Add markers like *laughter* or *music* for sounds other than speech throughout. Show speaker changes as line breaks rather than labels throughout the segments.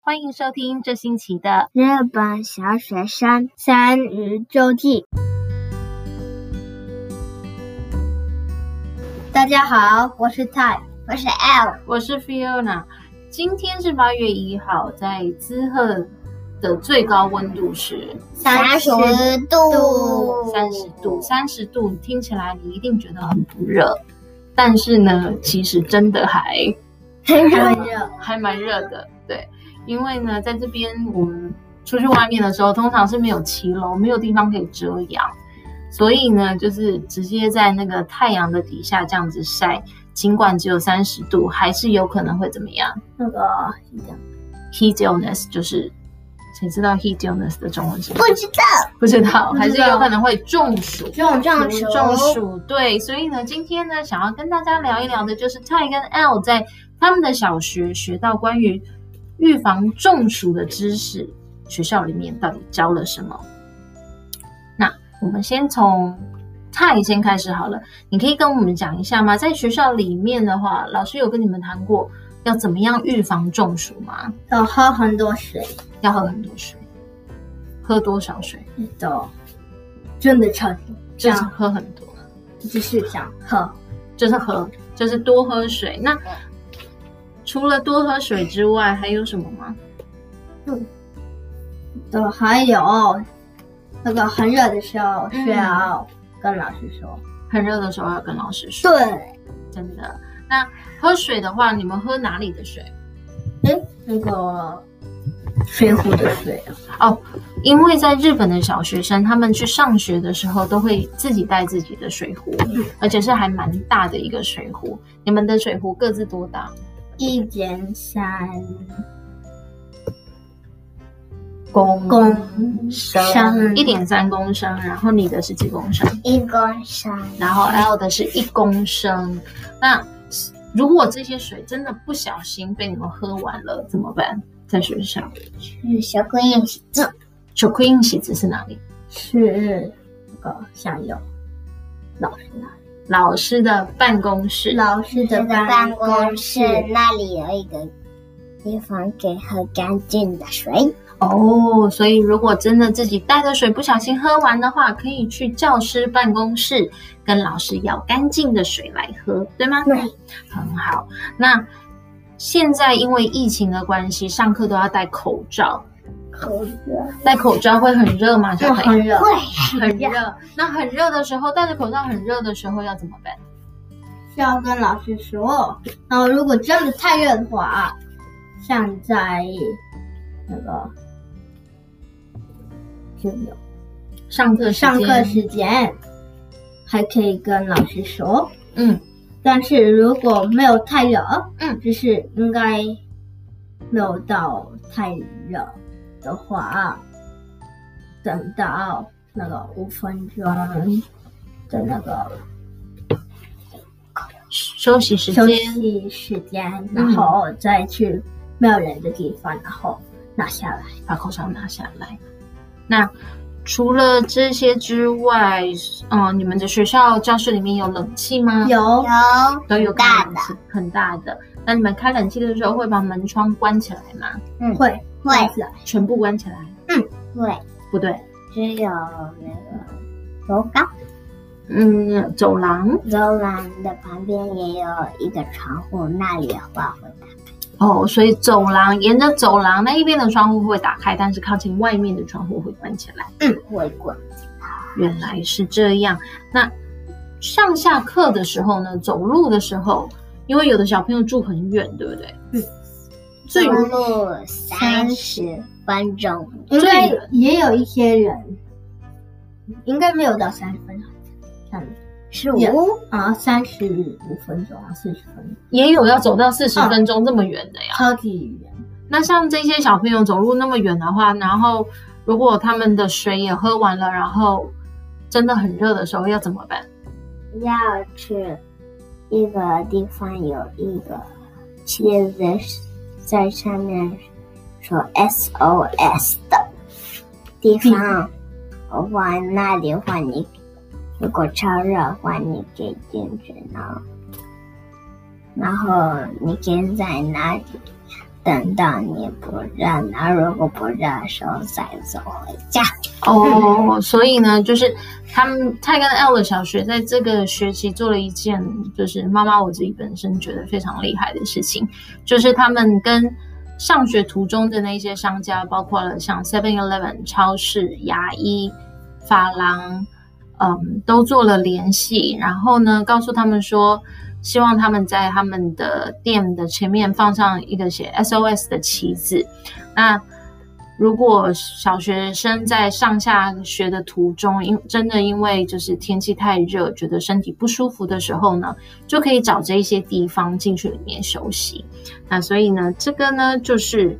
欢迎收听这星期的
日本小学生三鱼周记。大家好，我是泰，我是 L。
我是 Fiona。今天是八月一号，在滋贺的最高温度是
度
三十度，三十度听起来你一定觉得很不热，但是呢，其实真的还
很热。
还蛮热的，对，因为呢，在这边我们出去外面的时候，通常是没有骑楼，没有地方可以遮阳，所以呢，就是直接在那个太阳的底下这样子晒，尽管只有三十度，还是有可能会怎么样
那个
？heat illness 就是谁知道 heat illness 的中文是什么？
知道，
不知道，
不知道
还是有可能会中暑。
中中暑，
中暑，对，所以呢，今天呢，想要跟大家聊一聊的就是泰跟 L 在他们的小学学到关于预防中暑的知识，学校里面到底教了什么？那我们先从泰先开始好了，你可以跟我们讲一下吗？在学校里面的话，老师有跟你们谈过要怎么样预防中暑吗？
要喝很多水。
要喝很多水，喝多少水？
的，真的超级
就是喝很多。
就是想喝。
就是喝，就是多喝水。那除了多喝水之外，还有什么吗？
的还有那个很热的时候需
嗯
要跟老师说。
很热的时候要跟老师说，
对，
真的。那喝水的话，你们喝哪里的水？
那个水壶的水。啊
因为在日本的小学生，他们去上学的时候都会自己带自己的水壶，而且是还蛮大的一个水壶。你们的水壶各自多大？
一点三
公
公
升一点三公升，然后你的是几公升？
一公升，
然后 L 的是一公升。那如果这些水真的不小心被你们喝完了，怎么办？在学校，
是小姑娘洗澡，
手 queen 喜子是哪里？
是那个向右老师那里，
老师的办公室。
老师
的
的
办公
公
室那里有一个地方给喝干净的水，
哦，所以如果真的自己带的水不小心喝完的话，可以去教师办公室跟老师要干净的水来喝，对吗？
对，
很好。那现在因为疫情的关系，上课都要戴口罩，
口热。
戴口罩会很热吗？小
就
朋友？
很热，
*laughs* 很热。那很热的时候，戴着口罩很热的时候要怎么办？
需要跟老师说。然后如果真的太热的话，啊像在那个就有。
上课时
上
间
课时间，还可以跟老师说。
嗯，
但是如果没有太热，
嗯，
就是应该没有到太热的话，等到那个五分钟的那个
休息时
休
间
息时间，然后再去没有人的地方，然后拿下来。
把口罩拿下来。那除了这些之外，嗯、你们的学校教室里面有冷气
嗯
吗？
有
有
都有
大
开冷
的
气，很大的。那你们开冷气的时候会把门窗关起来吗？
会啊
会
拿起来
全部关起来？
会，
不对，
只有那个楼高
嗯，走廊
楼廊的旁边也有一个窗户，那里的话会打
哦，所以走廊沿着走廊那一边的窗户会打开，但是靠近外面的窗户会关起来。
会滚。
原来是这样。那上下课的时候呢，走路的时候，因为有的小朋友住很远，对不对？
嗯。
最
走路三十分钟，
应该
最远
也有一些人，应该没有到三十分钟，看
十
也
五
啊，三十五分钟啊，四十分钟，
也有要走到四十
嗯
分钟这么远的呀。
超级远。
那像这些小朋友走路那么远的话，然后如果他们的水也喝完了，然后真的很热的时候要怎么办？
要去一个地方有一个贴子在上面说 SOS 的地方，往那里的话你如果超热的话，你可以进去呢，然后你可以在那里等到你不热，那如果不热的时候再走回家。
哦，所以呢，就是他们泰跟 L 的小学在这个学期做了一件，就是妈妈我自己本身觉得非常厉害的事情，就是他们跟上学途中的那些商家，包括了像 Seven Eleven 超市、牙医、发廊，嗯，都做了联系，然后呢，告诉他们说，希望他们在他们的店的前面放上一个写 SOS 的旗子，那。如果小学生在上下学的途中，因真的因为就是天气太热，觉得身体不舒服的时候呢，就可以找这一些地方进去里面休息。那所以呢，这个呢就是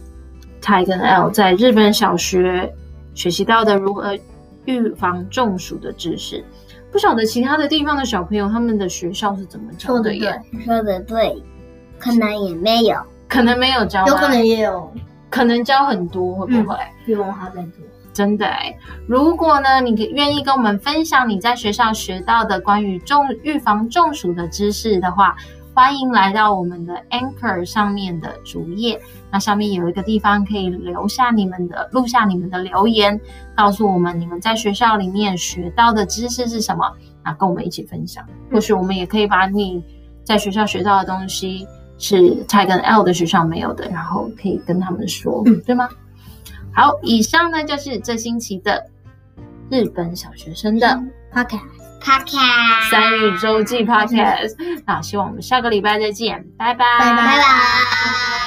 Ty 跟 L 在日本小学学习到的如何呃预防中暑的知识。不晓得其他的地方的小朋友他们的学校是怎么教
说
的
的
耶？
对，
说的对，可能也没有。
可能没有教吧，
有可能也有
可能教很多，会不会？
比我们还更多。
真的哎，如果呢，你愿意跟我们分享你在学校学到的关于中预防中暑的知识的话，欢迎来到我们的 Anchor 上面的主页，那上面有一个地方可以留下你们的录下你们的留言，告诉我们你们在学校里面学到的知识是什么，那跟我们一起分享。或许我们也可以把你在学校学到的东西是蔡跟 L 的学校没有的，然后可以跟他们说，
嗯
对吗？好，以上呢就是这星期的日本小学生的
OK，
Podcast，
三嗯日周记 Podcast。那希望我们下个礼拜再见，拜拜，
拜
拜拜。